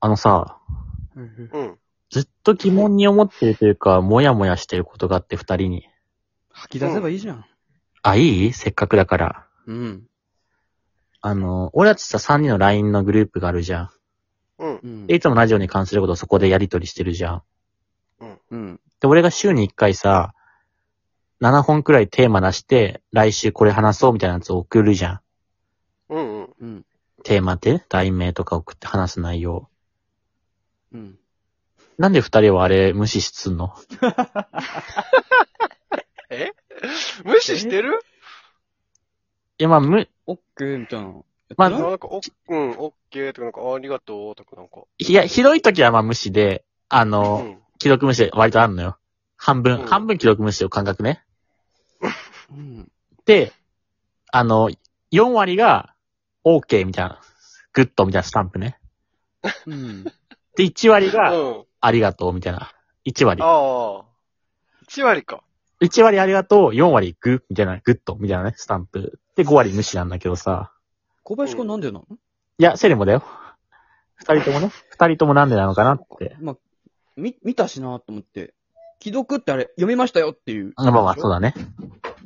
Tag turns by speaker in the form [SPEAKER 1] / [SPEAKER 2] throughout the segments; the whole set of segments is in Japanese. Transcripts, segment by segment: [SPEAKER 1] あのさ、
[SPEAKER 2] うんうん
[SPEAKER 3] うん。
[SPEAKER 1] ずっと疑問に思ってるというか、もやもやしてることがあって二人に。
[SPEAKER 2] 吐き出せばいいじゃん。
[SPEAKER 1] あ、いいせっかくだから。
[SPEAKER 2] うん。
[SPEAKER 1] あの、俺たちさ、三人の LINE のグループがあるじゃん。
[SPEAKER 3] うん。
[SPEAKER 2] うん
[SPEAKER 1] で、いつもラジオに関することをそこでやりとりしてるじゃん。
[SPEAKER 2] うん。
[SPEAKER 1] で、俺が週に一回さ、7本くらいテーマ出して、来週これ話そうみたいなやつを送るじゃん。
[SPEAKER 3] うんうん。
[SPEAKER 2] うん。
[SPEAKER 1] テーマって、題名とか送って話す内容。
[SPEAKER 2] うん。
[SPEAKER 1] なんで二人はあれ無視すんの
[SPEAKER 3] 無視してる
[SPEAKER 1] いや、まあ、む、
[SPEAKER 2] オッケーみたいな。
[SPEAKER 1] まあ
[SPEAKER 2] やってない
[SPEAKER 3] なんか、お、うん、オッケーとか、なんか、ありがとうとか、なんか。
[SPEAKER 1] いや、ひどい時はまあ無視で、あ
[SPEAKER 3] う
[SPEAKER 1] の、
[SPEAKER 3] ん。
[SPEAKER 1] 既読無視割とあんのよ。半分、
[SPEAKER 3] うん
[SPEAKER 1] 半分既読無視を感覚ね。
[SPEAKER 2] うん。
[SPEAKER 1] で、あの、4割が OK みたいな、グッドみたいなスタンプね。
[SPEAKER 2] うん。
[SPEAKER 1] で、1割
[SPEAKER 3] う
[SPEAKER 1] が
[SPEAKER 3] ん。
[SPEAKER 1] ありがとうみたいな。1割。
[SPEAKER 3] ああ。1割か。
[SPEAKER 1] 1割ありがとう、4割グッみたいな、グッドみたいなね、スタンプ。で、5割無視なんだけどさ。
[SPEAKER 2] 小林くんなんでなの
[SPEAKER 1] いや、セレモだよ。二人ともね、二人ともなんでなのかなって。
[SPEAKER 2] まあ、み、見たしなと思って。既読ってあれ、読みましたよっていう。
[SPEAKER 1] あまあまあ、そうだね。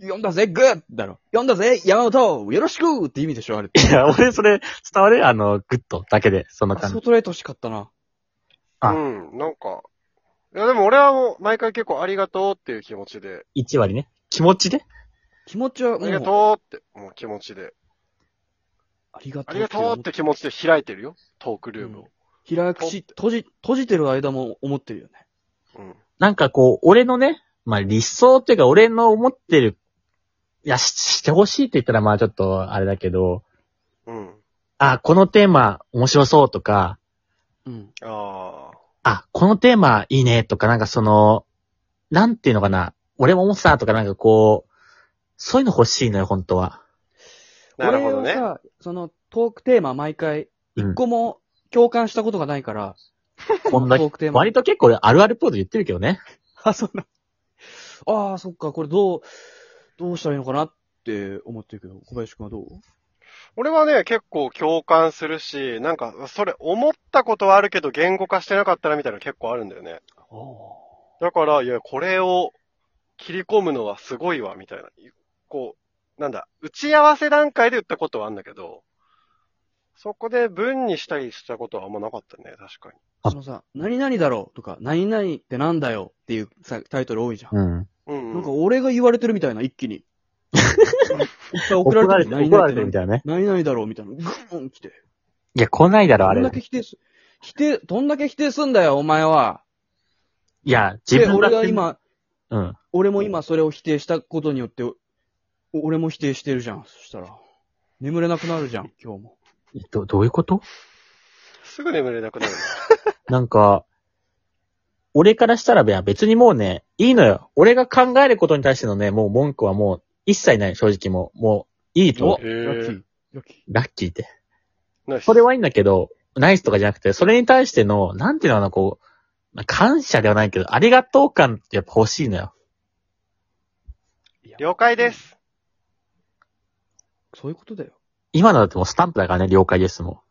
[SPEAKER 2] 読んだぜ、グッだろ。読んだぜ、山本よろしくって意味でしょ、あれ。
[SPEAKER 1] いや、俺それ伝わるあの、グッドだけで、その
[SPEAKER 2] あ、そ
[SPEAKER 1] 感
[SPEAKER 2] う
[SPEAKER 1] じ。
[SPEAKER 2] 捉えてほしかったな。
[SPEAKER 1] あ
[SPEAKER 3] うん、なんか。いや、でも俺はもう、毎回結構ありがとうっていう気持ちで、
[SPEAKER 1] 1割ね。気持ちで
[SPEAKER 2] 気持ちは
[SPEAKER 3] あ
[SPEAKER 2] も
[SPEAKER 3] りが
[SPEAKER 2] う、
[SPEAKER 3] とうって、もう気持ちで、
[SPEAKER 2] ありがとう。
[SPEAKER 3] ありがとうって気持ちで開いてるよ、トークルームを。
[SPEAKER 2] 開くし、閉じ、閉じてる間も思ってるよね。
[SPEAKER 3] うん。
[SPEAKER 1] なんかこう、俺のね、まあ理想っていうか、俺の思ってる、いや、ししてほしいって言ったらまあちょっとあれだけど、
[SPEAKER 3] うん。
[SPEAKER 1] あ、このテーマ面白そうとか、
[SPEAKER 2] うん。
[SPEAKER 3] ああ。
[SPEAKER 1] あ、このテーマいいねとか、なんかその、なんていうのかな、俺も思ってたとかなんかこう、そういうの欲しいのよ、本当は。
[SPEAKER 3] なるほどね
[SPEAKER 2] 俺。はさ、そのトークテーマ毎回、
[SPEAKER 1] うん
[SPEAKER 2] 一個も共感したことがないから、
[SPEAKER 1] こんだ
[SPEAKER 2] ト
[SPEAKER 1] け
[SPEAKER 2] ークテーマ
[SPEAKER 1] 割と結構俺あるあるポーズ言ってるけどね。
[SPEAKER 2] あ、そうな。ああ、そっか、これどう、どうしたらいいのかなって思ってるけど、小林くんはどう
[SPEAKER 3] 俺はね、結構共感するし、なんか、それ思ったことはあるけど言語化してなかったなみたいなの結構あるんだよね。
[SPEAKER 2] あ
[SPEAKER 3] だから、いや、これを切り込むのはすごいわ、みたいな。こう、なんだ、打ち合わせ段階で言ったことはあるんだけど、そこで文にしたりしたことはあんまなかったね、確かに。
[SPEAKER 1] あ
[SPEAKER 2] あ。そのさ、何々だろうとか、何々ってなんだよっていうさタイトル多いじゃん。
[SPEAKER 1] うん。
[SPEAKER 3] うん、
[SPEAKER 2] な
[SPEAKER 3] う
[SPEAKER 2] ん
[SPEAKER 3] ん。
[SPEAKER 2] か俺が言われてるみたいな、一気に。い っぱい送
[SPEAKER 1] 怒
[SPEAKER 2] ら
[SPEAKER 1] ら
[SPEAKER 2] れ
[SPEAKER 1] れ
[SPEAKER 2] て
[SPEAKER 1] て
[SPEAKER 2] る。
[SPEAKER 1] る、
[SPEAKER 2] 何
[SPEAKER 1] 怒ら
[SPEAKER 2] 々っ
[SPEAKER 1] れてるみ
[SPEAKER 2] て
[SPEAKER 1] たいなね。
[SPEAKER 2] 何々だろうみたいな。グーン来て。
[SPEAKER 1] いや、来ないだろ、あ
[SPEAKER 2] どん
[SPEAKER 1] れ
[SPEAKER 2] だ。け否定す、否定、どんだけ否定すんだよ、お前は。
[SPEAKER 1] いや、自
[SPEAKER 2] で、
[SPEAKER 1] 分だ
[SPEAKER 2] 俺
[SPEAKER 1] って
[SPEAKER 2] が今、
[SPEAKER 1] うん。
[SPEAKER 2] 俺も今それを否定したことによって、お俺も否定してるじゃん。そしたら。眠れなくなるじゃん、今日も。
[SPEAKER 1] ど、どういうこと
[SPEAKER 3] すぐ眠れなくなるね。
[SPEAKER 1] なんか、俺からしたらいや別にもうね、いいのよ。俺が考えることに対してのね、もう文句はもう一切ない、正直もう。もう、いいと
[SPEAKER 2] お
[SPEAKER 1] 思
[SPEAKER 3] へ
[SPEAKER 1] う。
[SPEAKER 3] ー
[SPEAKER 2] ラッキー。ラッキー。
[SPEAKER 1] ラッキーって。
[SPEAKER 3] ナイス
[SPEAKER 1] それはいいんだけど、ナイスとかじゃなくて、それに対しての、なんていうのかな、こう、まあ感謝ではないけど、ありがとう感ってやっぱ欲しいのよ。
[SPEAKER 3] 了解です。
[SPEAKER 2] そういうことだよ。
[SPEAKER 1] 今のだってもうスタンプだからね、了解ですも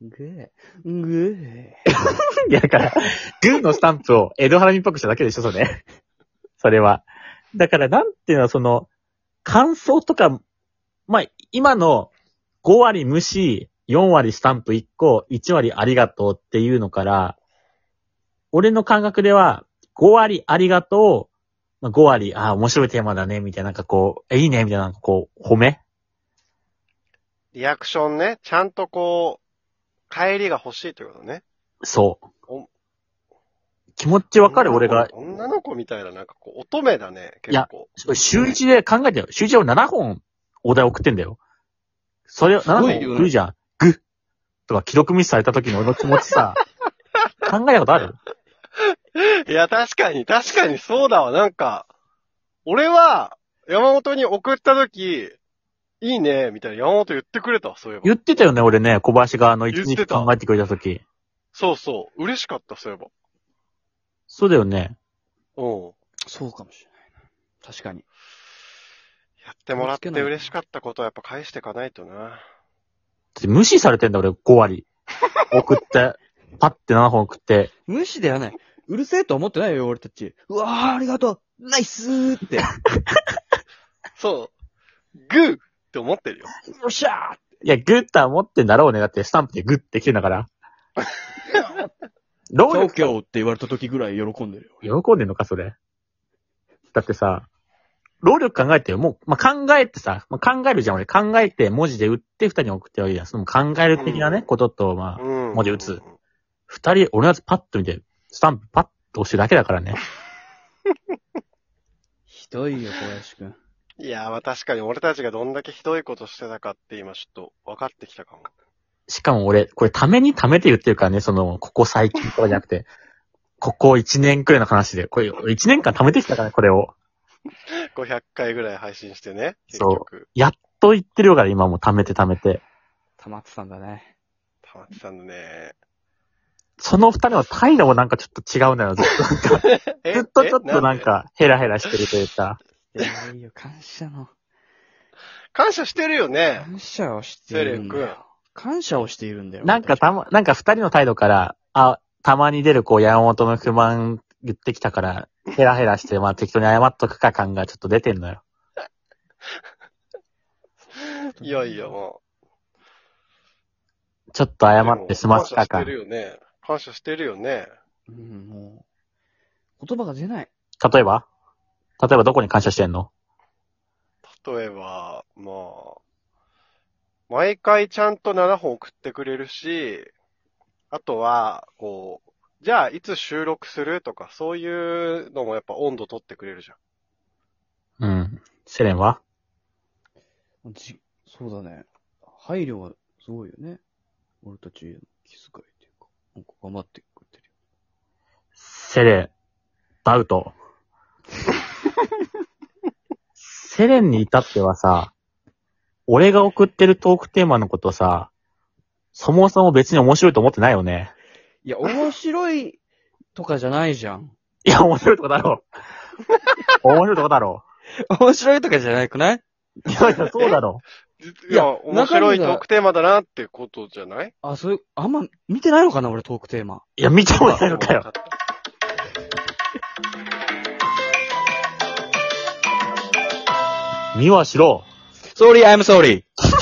[SPEAKER 2] ぐえ。ぐえ。
[SPEAKER 1] ん。いや、だから、グーのスタンプを江戸原にっぽくしただけでしょ、それ。それは。だから、なんていうのは、その、感想とか、まあ、今の5割無視、4割スタンプ1個、1割ありがとうっていうのから、俺の感覚では、5割ありがとう、まあ、5割、ああ、面白いテーマだね、みたいな、なんかこう、え、いいね、みたいな、なんかこう、褒め
[SPEAKER 3] リアクションね。ちゃんとこう、帰りが欲しいということね。
[SPEAKER 1] そう
[SPEAKER 3] お。
[SPEAKER 1] 気持ちわかる俺
[SPEAKER 3] 女の
[SPEAKER 1] が
[SPEAKER 3] 子女の子みたいな、なんかこう、乙女だね、
[SPEAKER 1] いや
[SPEAKER 3] 結構。
[SPEAKER 1] 週一で考えてよ。週一を7本お題送ってんだよ。それを7
[SPEAKER 2] すご
[SPEAKER 1] 本
[SPEAKER 2] いよね
[SPEAKER 1] 送るじゃん。グッとか、既読無視された時の俺の気持ち さ、考えたことある
[SPEAKER 3] いや、確かに、確かにそうだわ。なんか、俺は、山本に送ったとき、いいね、みたいな山本言ってくれたわ、そういえば。
[SPEAKER 1] 言ってたよね、俺ね、小林があの、一
[SPEAKER 3] 言って
[SPEAKER 1] 日
[SPEAKER 3] た
[SPEAKER 1] 考えてくれた時。
[SPEAKER 3] そうそう。嬉しかった、そういえば。
[SPEAKER 1] そうだよね。
[SPEAKER 3] うん。
[SPEAKER 2] そうかもしれないな。確かに。
[SPEAKER 3] やってもらって嬉しかったことはやっぱ返していかないとな。
[SPEAKER 1] 無視されてんだ、俺、5割。送 って、パッて7本送って、
[SPEAKER 2] 無視ではない。うるせえとは思ってないよ、俺たち。うわー、ありがとうナイス ーって。
[SPEAKER 3] そう。グーって思ってるよ。
[SPEAKER 2] よっしゃ
[SPEAKER 1] いや、グッター持ってんだろうね。だってスタンプでグッて来てんだ から。
[SPEAKER 2] ー
[SPEAKER 1] 労
[SPEAKER 2] 東
[SPEAKER 1] 力
[SPEAKER 2] 京って言われた時ぐらい喜んでるよ。
[SPEAKER 1] 喜んでんのか、それ。だってさ、労力考えてよ。もう、まあ、考えてさ、まあ、考えるじゃん、俺。考えて、文字で打って、二人に送ってはいいやん。その考える的なね、
[SPEAKER 3] うん
[SPEAKER 1] ことと、まあ、
[SPEAKER 3] うん。
[SPEAKER 1] 文字打つ。二人、俺のやつパッと見て、スタンプパッと押してるだけだからね。
[SPEAKER 2] ひどいよ、小林くん。
[SPEAKER 3] いやー、まあ確かに俺たちがどんだけひどいことしてたかって今ちょっと分かってきたかも。
[SPEAKER 1] しかも俺、これためにためて言ってるからね、その、ここ最近とかじゃなくて、ここ一年くらいの話で、これ、一年間貯めてきたから、これを。
[SPEAKER 3] 500回ぐらい配信してね。結
[SPEAKER 1] そう
[SPEAKER 3] 局。
[SPEAKER 1] と言ってるから、今もう貯めて貯めて。
[SPEAKER 2] 溜まってたんだね。
[SPEAKER 3] たまってたんだね。
[SPEAKER 1] その二人の態度もなんかちょっと違うのよ、ずっと。
[SPEAKER 3] え
[SPEAKER 1] ずっとちょっとなん。
[SPEAKER 3] えで
[SPEAKER 1] か、ヘラヘラしてるというか。
[SPEAKER 2] いや、いいよ、感謝の。
[SPEAKER 3] 感謝してるよね。
[SPEAKER 2] 感謝をしているんだ
[SPEAKER 3] セレン
[SPEAKER 2] よ。感謝をしているんだよ。
[SPEAKER 1] なんかたま、なんか二人の態度から、あ、たまに出るこう、山本の不満言ってきたから、ヘラヘラして、まあ適当に謝っとくか感がちょっと出てんのよ。
[SPEAKER 3] いやいや、も
[SPEAKER 1] ちょっと
[SPEAKER 3] う。
[SPEAKER 1] 謝って済ませた
[SPEAKER 3] 感謝し
[SPEAKER 1] 感
[SPEAKER 3] て。るよね。感謝してるよね。
[SPEAKER 2] 私は。うん、もう、言葉が出ない。
[SPEAKER 1] 例えば例えばどこに感謝してんの
[SPEAKER 3] 例えば、まあ、毎回ちゃんと7本送ってくれるし、あとは、こう、じゃあいつ収録するとか、そういうのもやっぱ温度取ってくれるじゃん。
[SPEAKER 1] うん。セレンは
[SPEAKER 2] じ、そうだね。配慮がすごいよね。俺たちへの気遣いというか、なんか頑張ってくれてるよ。
[SPEAKER 1] セレン、ダウト。 セレンに至ってはさ、俺が送ってるトークテーマのことさ、そもそも別に面白いと思ってないよね。
[SPEAKER 2] いや、面白いとかじゃないじゃん。
[SPEAKER 1] いや、面白いとこだろう。面白いとこだろ。
[SPEAKER 2] 面白いとかじゃないくないう
[SPEAKER 1] いやいや、そうだろ
[SPEAKER 3] いや、
[SPEAKER 2] いや
[SPEAKER 3] 面白
[SPEAKER 2] 中身
[SPEAKER 3] いト
[SPEAKER 2] が
[SPEAKER 3] ークテーマだなってことじゃない
[SPEAKER 2] あ、そういう、あんま見てないのかな俺トークテーマ。
[SPEAKER 1] う。いや、見てもらえるかよ。。見はしろ。
[SPEAKER 2] Sorry, I'm sorry.